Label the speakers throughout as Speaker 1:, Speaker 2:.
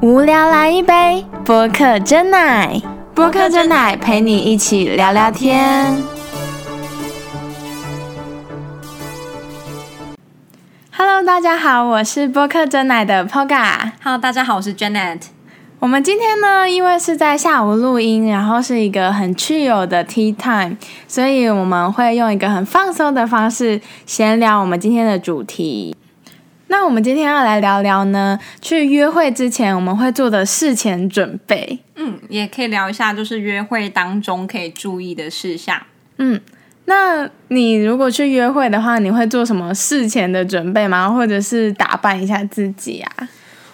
Speaker 1: 无聊来一杯播客真奶，播客真奶陪你一起聊聊天。Hello，大家好，我是播客真奶的 Poga。
Speaker 2: Hello，大家好，我是 Janet。
Speaker 1: 我们今天呢，因为是在下午录音，然后是一个很 chill 的 tea time，所以我们会用一个很放松的方式闲聊我们今天的主题。那我们今天要来聊聊呢，去约会之前我们会做的事前准备。
Speaker 2: 嗯，也可以聊一下，就是约会当中可以注意的事项。
Speaker 1: 那你如果去约会的话，你会做什么事前的准备吗？或者是打扮一下自己啊？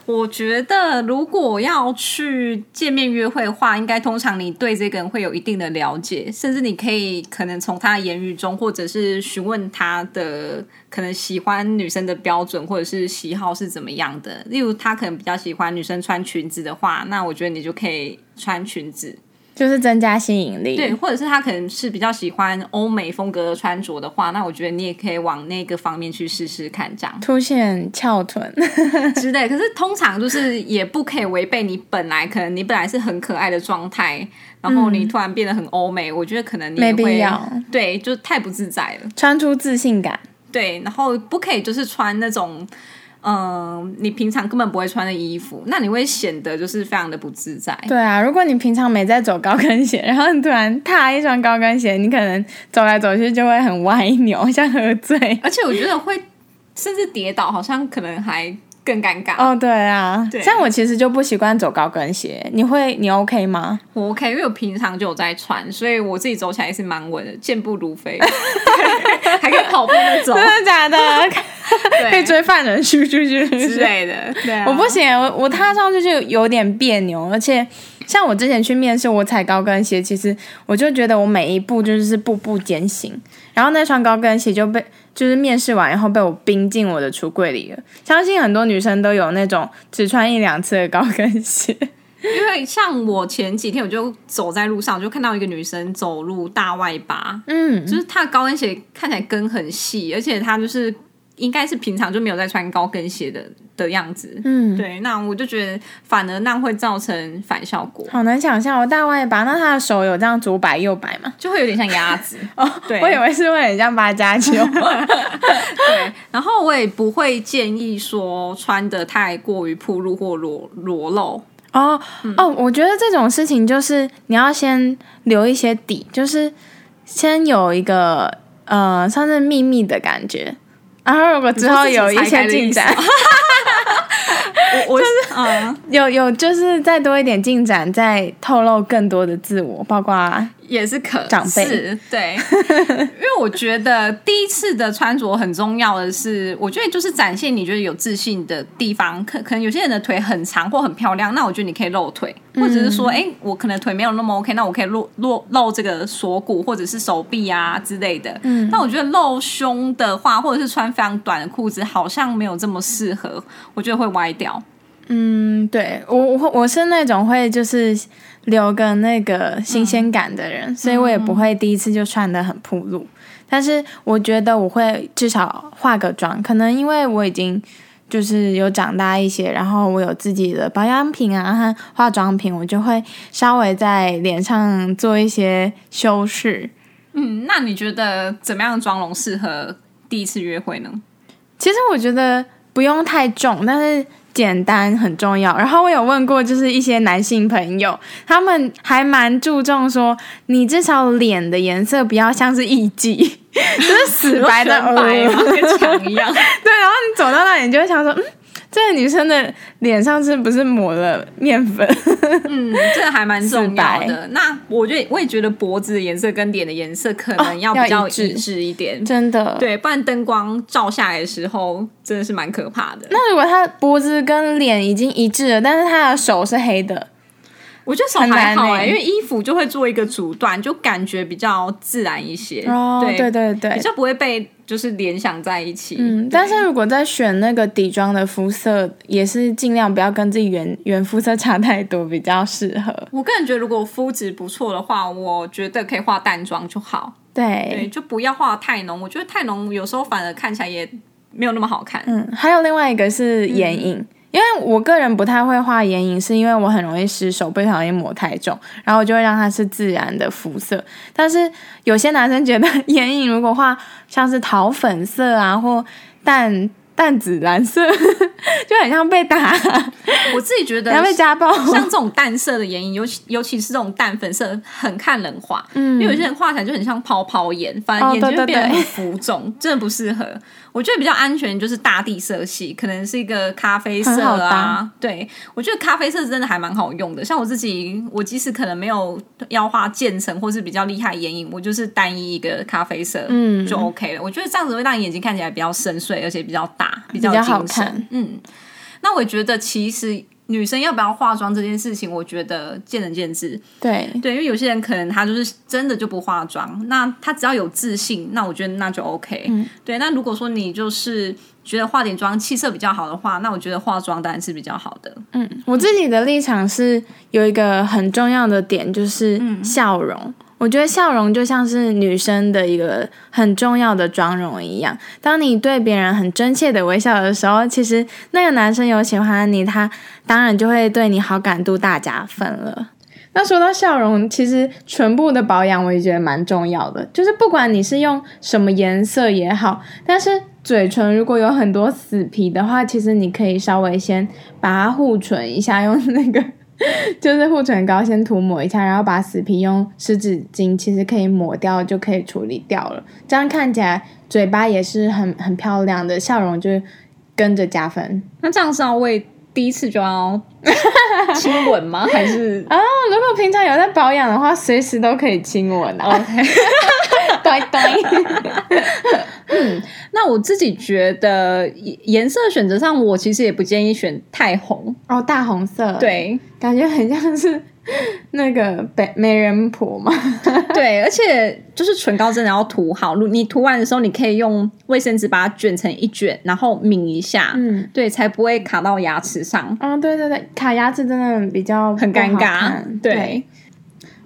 Speaker 2: 我觉得，如果要去见面约会的话，应该通常你对这个人会有一定的了解，甚至你可以可能从他的言语中，或者是询问他的可能喜欢女生的标准或者是喜好是怎么样的。例如，他可能比较喜欢女生穿裙子的话，那我觉得你就可以穿裙子。
Speaker 1: 就是增加吸引力。
Speaker 2: 对，或者是他可能是比较喜欢欧美风格的穿着的话，那我觉得你也可以往那个方面去试试看，这样
Speaker 1: 凸显翘臀，
Speaker 2: 之类。可是通常就是也不可以违背你本来可能你本来是很可爱的状态，然后你突然变得很欧美，我觉得可能你也
Speaker 1: 没必嗯
Speaker 2: 会
Speaker 1: 要
Speaker 2: 对，就太不自在了。
Speaker 1: 穿出自信感。
Speaker 2: 对，然后不可以就是穿那种。嗯，你平常根本不会穿的衣服，那你会显得就是非常的不自在。
Speaker 1: 对啊，如果你平常没在走高跟鞋，然后你突然踏一双高跟鞋，你可能走来走去就会很歪扭， 像喝醉。
Speaker 2: 而且我觉得会甚至跌倒，好像可能还更尴尬。
Speaker 1: 哦，对啊，
Speaker 2: 对
Speaker 1: 像我其实就不习惯走高跟鞋，你会你 OK 吗？
Speaker 2: 我 OK，因为我平常就有在穿，所以我自己走起来也是蛮稳的，健步如飞， 还可以跑步 那种，
Speaker 1: 真的假的？可以啊
Speaker 2: 对
Speaker 1: 追犯人，咻咻 咻咻
Speaker 2: 之
Speaker 1: 咻。
Speaker 2: 类的。对、啊
Speaker 1: 我不行，我我踏上去就有点别扭，而且像我之前去面试，我踩高跟鞋，其实我就觉得我每一步就是步步艰辛，然后那双高跟鞋就被就是面试完以后被我冰进我的橱柜里了。相信很多女生都有那种只穿一两次的高跟鞋，
Speaker 2: 因为像我前几天我就走在路上，我就看到一个女生走路大外八，
Speaker 1: 嗯，
Speaker 2: 就是她的高跟鞋看起来跟很细，而且她就是应该是平常就没有在穿高跟鞋的的样子。
Speaker 1: 嗯
Speaker 2: 对，那我就觉得反而那会造成反效果，
Speaker 1: 好难想象我大外八，那她的手有这样左摆右摆吗？
Speaker 2: 就会有点像鸭子。 哦，对，
Speaker 1: 我以为是会很像八加九，
Speaker 2: 然后我也不会建议说穿的太过于暴露或裸裸露。
Speaker 1: 哦、哦，我觉得这种事情就是你要先留一些底，就是先有一个呃，算是秘密的感觉。然后如果之后有一些进展，
Speaker 2: 我我是嗯，
Speaker 1: 有有就是再多一点进展，再透露更多的自我，包括
Speaker 2: 也是可
Speaker 1: 长辈
Speaker 2: 是对， 因为我觉得第一次的穿着很重要的是，我觉得就是展现你觉得有自信的地方。可可能有些人的腿很长或很漂亮，那我觉得你可以露腿，
Speaker 1: 嗯
Speaker 2: 或者是说，哎、我可能腿没有那么 OK，那我可以露露露这个锁骨或者是手臂啊之类的。嗯，那我觉得露胸的话，或者是穿非常短的裤子，好像没有这么适合，我觉得会歪掉。
Speaker 1: 嗯，对我我会我是那种会就是留个那个新鲜感的人，所以我也不会第一次就穿的很暴露。但是我觉得我会至少化个妆，可能因为我已经就是有长大一些，然后我有自己的保养品啊和化妆品，我就会稍微在脸上做一些修饰。
Speaker 2: 嗯，那你觉得怎么样的妆容适合第一次约会呢？
Speaker 1: 其实我觉得不用太重，但是简单很重要。然后我有问过，就是一些男性朋友，他们还蛮注重说，你至少脸的颜色不要像是艺妓， 就是死白啊的
Speaker 2: 全白 吗？跟墙一样。
Speaker 1: 对，然后你走到那里，你就会想说，嗯，这个女生的脸上是不是抹了面粉？
Speaker 2: 嗯，这还蛮重要
Speaker 1: 自
Speaker 2: 的。那我觉得我也觉得脖子的颜色跟脸的颜色可能要
Speaker 1: 哦要
Speaker 2: 比较
Speaker 1: 一致
Speaker 2: 一致一点，
Speaker 1: 真的。
Speaker 2: 对，不然灯光照下来的时候真的是蛮可怕的。
Speaker 1: 那如果她脖子跟脸已经一致了，但是她的手是黑的，
Speaker 2: 我觉得手
Speaker 1: 很
Speaker 2: 还
Speaker 1: 难
Speaker 2: 好
Speaker 1: 欸
Speaker 2: 哎、因为衣服就会做一个阻断，就感觉比较自然一些。
Speaker 1: 哦，对对对
Speaker 2: 比，较不会被就是联想在一起。
Speaker 1: 嗯，
Speaker 2: 对
Speaker 1: 但是如果在选那个底妆的肤色，也是尽量不要跟自己原 原肤色差太多，比较适合。
Speaker 2: 我个人觉得，如果肤质不错的话，我觉得可以化淡妆就好。对，
Speaker 1: 对，
Speaker 2: 就不要画太浓。我觉
Speaker 1: 嗯
Speaker 2: 得太浓有时候反而看起来也没有那么好看。
Speaker 1: 嗯，还有另外一个是眼影，因为我个人不太会画眼影，是因为我很容易失手，不小心抹太重，然后我就会让它是自然的肤色。但是有些男生觉得眼影如果画像是桃粉色啊，或淡淡紫蓝色， 就很像被打，
Speaker 2: 我自己觉得
Speaker 1: 然后被家暴。
Speaker 2: 像这种淡色的眼影，尤其尤其是这种淡粉色，很看人画。
Speaker 1: 嗯
Speaker 2: 因为有些人画起来就很像泡泡眼，反正
Speaker 1: 哦
Speaker 2: 眼睛
Speaker 1: 对对
Speaker 2: 会变得
Speaker 1: 对
Speaker 2: 很浮肿， 真的不适合。我觉得比较安全就是大地色系，可能是一个咖啡色
Speaker 1: 很好
Speaker 2: 啊
Speaker 1: 搭。
Speaker 2: 对，我觉得咖啡色真的还蛮好用的。像我自己，我即使可能没有要画渐层或是比较厉害眼影，我就是单一一个咖啡色，
Speaker 1: 嗯
Speaker 2: 就 OK 了。我觉得这样子会让眼睛看起来比较深邃，而且比较大，比较
Speaker 1: 比较好
Speaker 2: 精神
Speaker 1: 看。
Speaker 2: 嗯，那我觉得其实女生要不要化妆这件事情，我觉得见仁见智。
Speaker 1: 对，
Speaker 2: 对，因为有些人可能他就是真的就不化妆，那他只要有自信，那我觉得那就 OK。对，那如果说你就是觉得化点妆气色比较好的话，那我觉得化妆当然是比较好的。
Speaker 1: 嗯，我自己的立场是有一个很重要的点，就是笑容。我觉得笑容就像是女生的一个很重要的妆容一样。当你对别人很真切的微笑的时候，其实那个男生有喜欢你，他当然就会对你好感度大加分了。那说到笑容，其实唇部的保养我也觉得蛮重要的，就是不管你是用什么颜色也好，但是嘴唇如果有很多死皮的话，其实你可以稍微先把它护唇一下，用那个 就是护唇膏先涂抹一下，然后把死皮用湿纸巾其实可以抹掉，就可以处理掉了。这样看起来嘴巴也是很很漂亮的，笑容就跟着加分。
Speaker 2: 那这样是要为第一次就要 亲吻吗？还 是
Speaker 1: 啊、如果平常有在保养的话，随时都可以亲我的。OK，对对，
Speaker 2: 那我自己觉得颜色选择上，我其实也不建议选太红。
Speaker 1: 哦，大红色，，
Speaker 2: 对，
Speaker 1: 感觉很像是那个北美人婆嘛。
Speaker 2: 对，而且就是唇膏真的要涂好，如你涂完的时候，你可以用卫生纸把它卷成一卷，然后抿一下，
Speaker 1: 嗯，
Speaker 2: 对，才不会卡到牙齿上，
Speaker 1: 啊、对对对，卡牙齿真的比较
Speaker 2: 很尴
Speaker 1: 不好
Speaker 2: 尬
Speaker 1: 看。
Speaker 2: 对。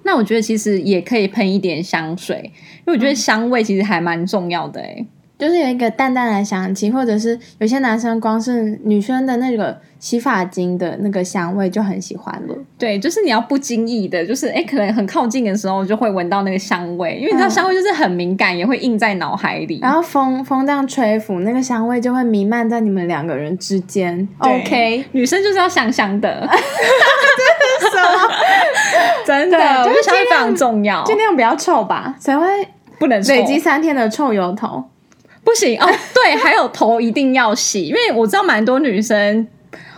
Speaker 2: 那我觉得其实也可以喷一点香水，因为我觉得香味其实还蛮重要的哎、
Speaker 1: 就是有一个淡淡的香气，或者是有些男生光是女生的那个洗发精的那个香味就很喜欢了。
Speaker 2: 对，就是你要不经意的，就是哎、可能很靠近的时候就会闻到那个香味，因为你知道
Speaker 1: 嗯
Speaker 2: 香味就是很敏感，也会印在脑海里。
Speaker 1: 然后风风这样吹拂，那个香味就会弥漫在你们两个人之间。
Speaker 2: 对
Speaker 1: OK，
Speaker 2: 女生就是要香香 的，真的，
Speaker 1: 对
Speaker 2: 我
Speaker 1: 就是
Speaker 2: 觉得香味非常重要，
Speaker 1: 尽量不要臭吧，谁会
Speaker 2: 不能
Speaker 1: 累
Speaker 2: 错
Speaker 1: 积三天的臭油头？
Speaker 2: 不 行哦，对，还有头一定要洗，因为我知道蛮多女生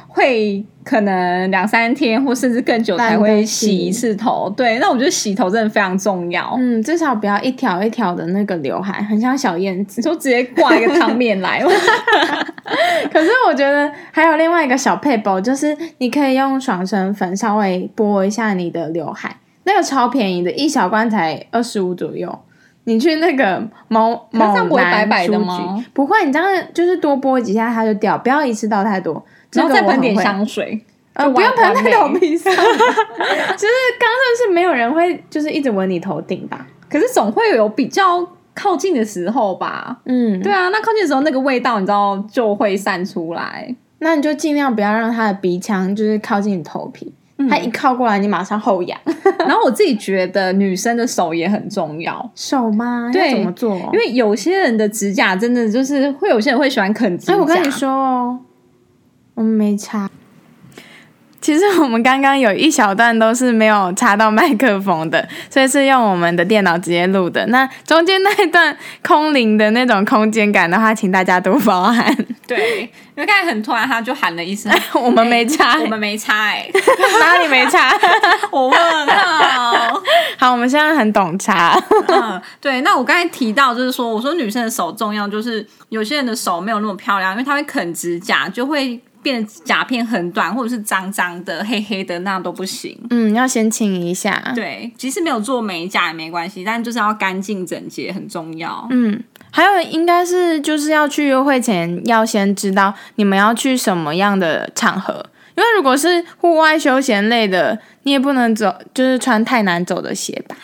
Speaker 2: 会可能两三天或甚至更久才会洗一次头。对，那我觉得洗头真的非常重要。
Speaker 1: 嗯，至少不要一条一条的那个刘海，很像小燕子
Speaker 2: 你。说直接挂一个汤面 来，
Speaker 1: 可是我觉得还有另外一个小配包，就是你可以用爽身粉稍微拨一下你的刘海，那个超便宜的，一小罐才二十五左右。你去那个某
Speaker 2: 那
Speaker 1: 某
Speaker 2: 这样不会
Speaker 1: 男
Speaker 2: 白白的
Speaker 1: 书
Speaker 2: 吗
Speaker 1: 局？不会，你这样就是多拨几下它就掉，不要一次倒太多。这
Speaker 2: 然
Speaker 1: 个
Speaker 2: 后再
Speaker 1: 我很
Speaker 2: 喷点
Speaker 1: 会，
Speaker 2: 香水。
Speaker 1: 呃，
Speaker 2: 就
Speaker 1: 不用
Speaker 2: 完
Speaker 1: 喷在
Speaker 2: 完
Speaker 1: 头
Speaker 2: 美
Speaker 1: 皮上。 就是刚认识没有人会就是一直闻你头顶吧？
Speaker 2: 可是总会有比较靠近的时候吧？
Speaker 1: 嗯，
Speaker 2: 对啊，那靠近的时候那个味道，你知道就会散出来。
Speaker 1: 那你就尽量不要让它的鼻腔就是靠近你头皮，它
Speaker 2: 嗯
Speaker 1: 一靠过来你马上后仰。
Speaker 2: 然后我自己觉得女生的手也很重要，
Speaker 1: 手吗？
Speaker 2: 对
Speaker 1: 要怎么做？
Speaker 2: 因为有些人的指甲真的就是会有些人会喜欢啃指甲。
Speaker 1: 哎，我跟你说哦，我们没插。其实我们刚刚有一小段都是没有插到麦克风的， 所以是用我们的电脑直接录的。那中间那一段空灵的那种空间感的话，请大家多包 涵。
Speaker 2: 对，因为刚才很突然，他就喊了一 声哎
Speaker 1: 我们没插，
Speaker 2: 我们没差哎、
Speaker 1: 哪里没插？
Speaker 2: 我问号。
Speaker 1: 好，我们现在很懂插。
Speaker 2: 嗯，对。那我刚才提到就是说，我说女生的手重要，就是有些人的手没有那么漂亮，因为她会啃指甲，就会变得甲片很短，或者是脏脏的、黑黑的，那都不行。
Speaker 1: 嗯，要先清一下。
Speaker 2: 对，即使没有做美甲也没关系，但就是要干净整洁很重要。
Speaker 1: 嗯，还有应该是就是要去约会前要先知道你们要去什么样的场合，因为如果是户外休闲类的，你也不能走就是穿太难走的鞋吧。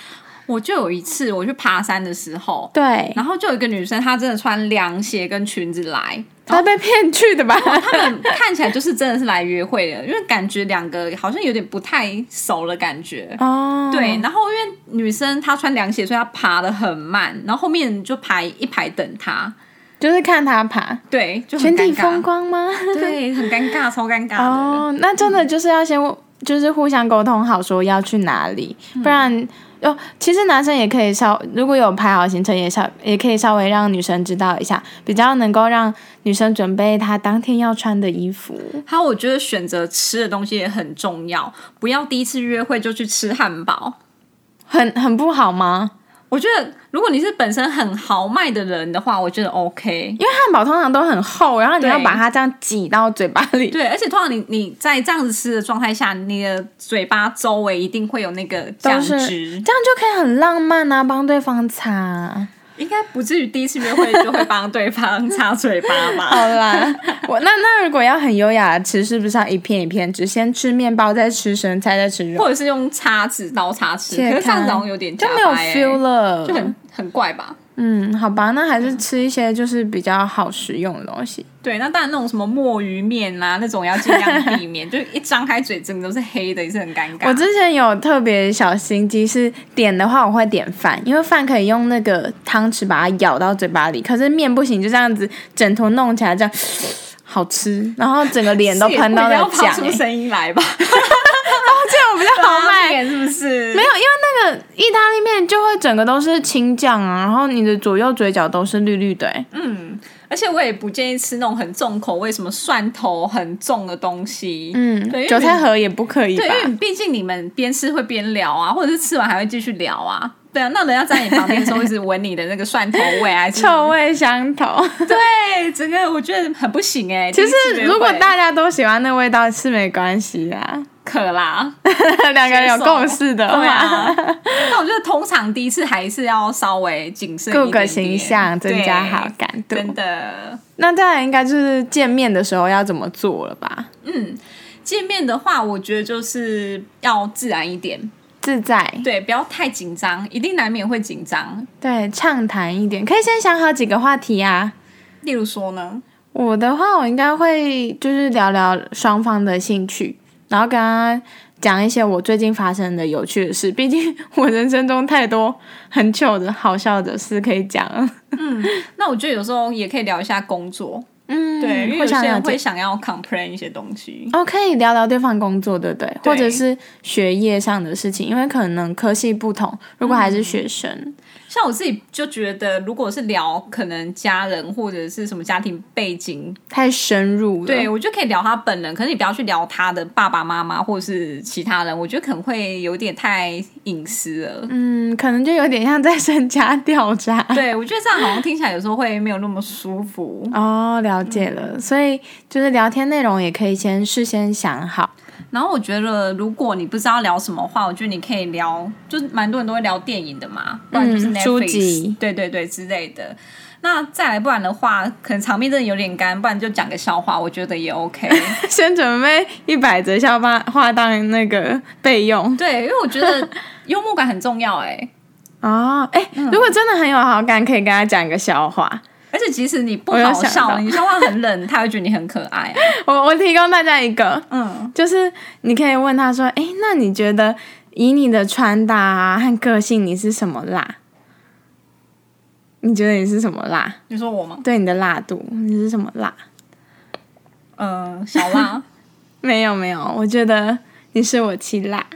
Speaker 2: 我就有一次我去爬山的时候，
Speaker 1: 对，
Speaker 2: 然后就有一个女生，她真的穿凉鞋跟裙子来，
Speaker 1: 他被骗去的吧？
Speaker 2: 他们看起来就是真的是来约会的，因为感觉两个好像有点不太熟的感觉。
Speaker 1: 哦，
Speaker 2: 对，然后因为女生她穿凉鞋，所以她爬的很慢，然后后面就排一排等她，
Speaker 1: 就是看他爬，
Speaker 2: 对，就很
Speaker 1: 全体
Speaker 2: 尴
Speaker 1: 风
Speaker 2: 尬，
Speaker 1: 光吗？
Speaker 2: 对，很尴尬，超尴尬的。
Speaker 1: 哦，那真的就是要先就是互相沟通好，说要去哪里，不然。哦，其实男生也可以稍，如果有排好行程也稍也可以稍微让女生知道一下，比较能够让女生准备她当天要穿的衣服。
Speaker 2: 还有，我觉得选择吃的东西也很重要，不要第一次约会就去吃汉堡。
Speaker 1: 很很不好吗？
Speaker 2: 我觉得，如果你是本身很豪迈的人的话，我觉得 OK。
Speaker 1: 因为汉堡通常都很厚，然后你
Speaker 2: 对
Speaker 1: 要把它这样挤到嘴巴里。
Speaker 2: 对，而且通常你你在这样子吃的状态下，你的嘴巴周围一定会有那个酱
Speaker 1: 都是
Speaker 2: 汁，
Speaker 1: 这样就可以很浪漫啊，帮对方擦。
Speaker 2: 应该不至于第一次约会就会帮对方擦嘴巴吧？
Speaker 1: 好啦，我那那如果要很优雅的吃，是不是要一片一片吃？先吃面包，再吃生菜，再吃肉，
Speaker 2: 或者是用叉子、刀叉吃，
Speaker 1: 切
Speaker 2: 可是这样子
Speaker 1: 开
Speaker 2: 好像有点
Speaker 1: 就
Speaker 2: 假
Speaker 1: 没有
Speaker 2: 掰欸
Speaker 1: feel 了。
Speaker 2: 就很很怪吧？
Speaker 1: 嗯，好吧，那还是吃一些就是比较好食用的东西。
Speaker 2: 对，那当然那种什么墨鱼面啦、那种要尽量 避免，就一张开嘴整个都是黑的，也是很尴尬。
Speaker 1: 我之前有特别小心机，是点的话我会点饭，因为饭可以用那个汤匙把它舀到嘴巴里，可是面不行，就这样子整坨弄起来这样。好 吃，然后整个脸都喷到
Speaker 2: 是也
Speaker 1: 那
Speaker 2: 不
Speaker 1: 个酱、
Speaker 2: 一定要
Speaker 1: 欸，
Speaker 2: 发出声音来吧？
Speaker 1: 这样我比较好卖。
Speaker 2: 面是不是？
Speaker 1: 没有，因为那个意大利面就会整个都是青酱啊，然后你的左右嘴角都是绿绿的、欸。
Speaker 2: 而且我也不建议吃那种很重口味，什么蒜头很重的东西。
Speaker 1: 嗯
Speaker 2: 对，因为
Speaker 1: 韭菜
Speaker 2: 你
Speaker 1: 盒也不可以吧
Speaker 2: 对，？因为毕竟你们边吃会边聊啊，或者是吃完还会继续聊啊。对啊，那人家在你旁边的时候一直闻你的那个蒜头味啊，还是
Speaker 1: 臭味相投。
Speaker 2: 对，整个我觉得很不行哎、
Speaker 1: 其
Speaker 2: 第一次
Speaker 1: 实
Speaker 2: 约
Speaker 1: 如果
Speaker 2: 会
Speaker 1: 大家都喜欢那味道是没关系啦，
Speaker 2: 可啦，
Speaker 1: 两个人有
Speaker 2: 接受
Speaker 1: 共识的
Speaker 2: 对
Speaker 1: 话，
Speaker 2: 啊。但我觉得通常第一次还是要稍微谨慎一点
Speaker 1: 各
Speaker 2: 点，
Speaker 1: 个形象增加
Speaker 2: 对
Speaker 1: 好感度。
Speaker 2: 真的。
Speaker 1: 那再来应该就是见面的时候要怎么做了吧？
Speaker 2: 见面的话，我觉得就是要自然一点，
Speaker 1: 自在，
Speaker 2: 对，不要太紧张，一定难免会紧张。
Speaker 1: 对，畅谈一点，可以先想好几个话题啊。
Speaker 2: 例如 说呢，
Speaker 1: 我的话，我应该会就是聊聊双方的兴趣，然后跟他讲一些我最近发生的有趣的事。毕竟我人生中太多很糗的好笑的事可以讲了。
Speaker 2: 那我觉得有时候也可以聊一下工作，
Speaker 1: 嗯
Speaker 2: 对，因为有
Speaker 1: 互
Speaker 2: 些
Speaker 1: 相了
Speaker 2: 人
Speaker 1: 解
Speaker 2: 会。想要 complain 一些东西。
Speaker 1: 哦，可以聊聊对方工作，对不对？
Speaker 2: 对
Speaker 1: 或者是学业上的事情，因为可能科系不同，如果还是学生，
Speaker 2: 像我自己就觉得，如果是聊可能家人或者是什么家庭背景，
Speaker 1: 太深入了。
Speaker 2: 对，我觉得可以聊他本人，可是你不要去聊他的爸爸妈妈或者是其他人，我觉得可能会有点太隐私了。
Speaker 1: 嗯，可能就有点像在身家调查。
Speaker 2: 对，我觉得这样好像听起来有时候会没有那么舒服。
Speaker 1: 哦，了解了，所以就是聊天内容也可以先事先想好。
Speaker 2: 然后我觉得，如果你不知道聊什么话，我觉得你可以聊，就是蛮多人都会聊电影的嘛，不然就是
Speaker 1: 嗯
Speaker 2: Netflix，、
Speaker 1: 书籍
Speaker 2: 对对对之类的。那再来，不然的话，可能场面真的有点干，不然就讲个笑话，我觉得也 OK。
Speaker 1: 先准备一百则笑话话当那个备用
Speaker 2: 对，因为我觉得幽默感很重要哎、
Speaker 1: 哦。哎、如果真的很有好感，可以跟他讲一个笑话。
Speaker 2: 而且即使你不
Speaker 1: 我有
Speaker 2: 好
Speaker 1: 想到
Speaker 2: 笑，你笑话很冷，他会觉得你很可爱 啊。
Speaker 1: 我我提供大家一个，
Speaker 2: 嗯，
Speaker 1: 就是你可以问他说：“哎、那你觉得以你的穿搭、啊、和个性，你是什么辣？你觉得你是什么辣？
Speaker 2: 你说我吗？
Speaker 1: 对你的辣度，你是什么辣？呃
Speaker 2: 嗯、小 辣，
Speaker 1: 没有没有，我觉得你是我七辣。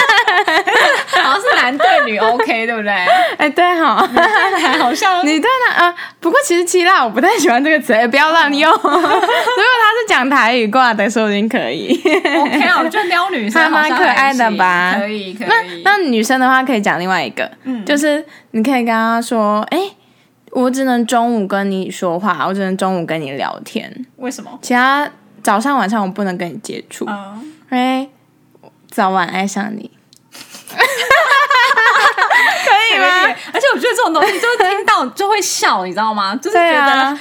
Speaker 2: 好像是男对女 OK，对 不对？
Speaker 1: 哎、对哈，
Speaker 2: 还好像
Speaker 1: 你对他啊、不过其实七辣我不太喜欢这个词，哎不要乱用。如 果他是讲台语挂的，说不定可以。
Speaker 2: OK 啊，我觉得撩女生
Speaker 1: 还蛮
Speaker 2: 好像
Speaker 1: 可爱的
Speaker 2: 还行
Speaker 1: 吧
Speaker 2: 可以可
Speaker 1: 那
Speaker 2: 以。嗯
Speaker 1: 那女生的话可以讲另外一个，就是你可以跟她说，哎、我只能中午跟你说话，我只能中午跟你聊天，
Speaker 2: 为什么？
Speaker 1: 其他早上晚上我不能跟你接触，
Speaker 2: 嗯，
Speaker 1: 因为早晚爱上 你。
Speaker 2: 可以吗？而且我觉得这种东西，就是听到就会笑，你知 道吗？就是
Speaker 1: 对
Speaker 2: 觉得
Speaker 1: 啊，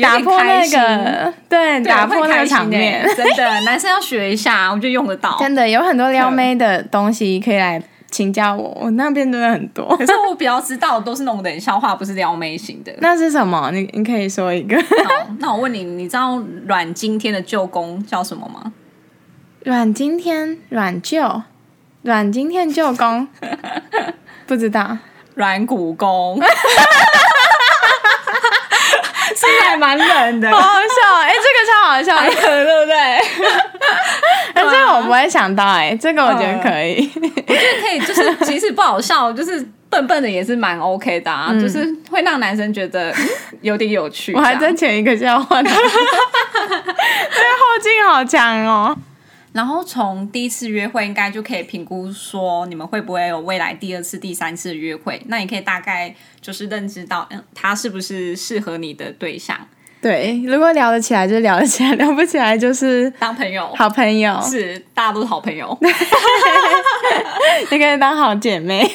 Speaker 1: 打
Speaker 2: 有点
Speaker 1: 破
Speaker 2: 开
Speaker 1: 那
Speaker 2: 心
Speaker 1: 个对，
Speaker 2: 对
Speaker 1: 打破那个场面
Speaker 2: 会开。心欸真的，男生要学一下，我觉得用得到。
Speaker 1: 真的有很多撩妹的东西可以来请教我，我那边真的很多。。
Speaker 2: 可是我比较知道的都是那种冷笑话，不是撩妹型的
Speaker 1: 那是什么？你你可以说一个
Speaker 2: 好，那我问你，你知道阮经天的舅公叫什么吗？
Speaker 1: 阮经天、阮舅、阮经天舅 公，不知道，
Speaker 2: 软骨功，
Speaker 1: 是还蛮冷的，好好笑。哎、这个超 好笑，
Speaker 2: 对不对？
Speaker 1: 但哎这个我不会想到、哎，这个我觉得可以。
Speaker 2: 可以，就是即使不好笑，就是笨笨的也是蛮 OK 的啊，就是会让男生觉得嗯有点有趣。
Speaker 1: 嗯 我还
Speaker 2: 这
Speaker 1: 在
Speaker 2: 样
Speaker 1: 前一个笑话呢， 这个后劲好强哦。
Speaker 2: 然后从第一次约会应该就可以评估说你们会不会有未来第二次、第三次约会，那你可以大概就是认知到，嗯，他是不是适合你的对象
Speaker 1: 对，如果聊得起来就聊得起来，聊不起来就是
Speaker 2: 当朋友。
Speaker 1: 好朋友，
Speaker 2: 是，大家都是好 朋友，
Speaker 1: 你可以当好姐 妹。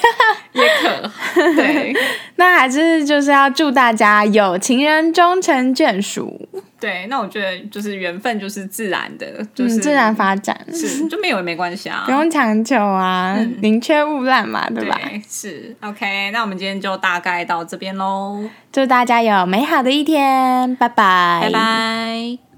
Speaker 2: 也可对
Speaker 1: 那还是就是要祝大家有情人终成眷属，
Speaker 2: 对。那我觉得就是缘分就是自然的，就
Speaker 1: 嗯，
Speaker 2: 是、
Speaker 1: 自然发展，
Speaker 2: 是就没有也没关系啊
Speaker 1: 不。用强求啊，宁缺毋滥嘛，对吧？
Speaker 2: 对，是 OK。那我们今天就大概到这边喽，
Speaker 1: 祝大家有美好的一天，拜拜，
Speaker 2: 拜拜。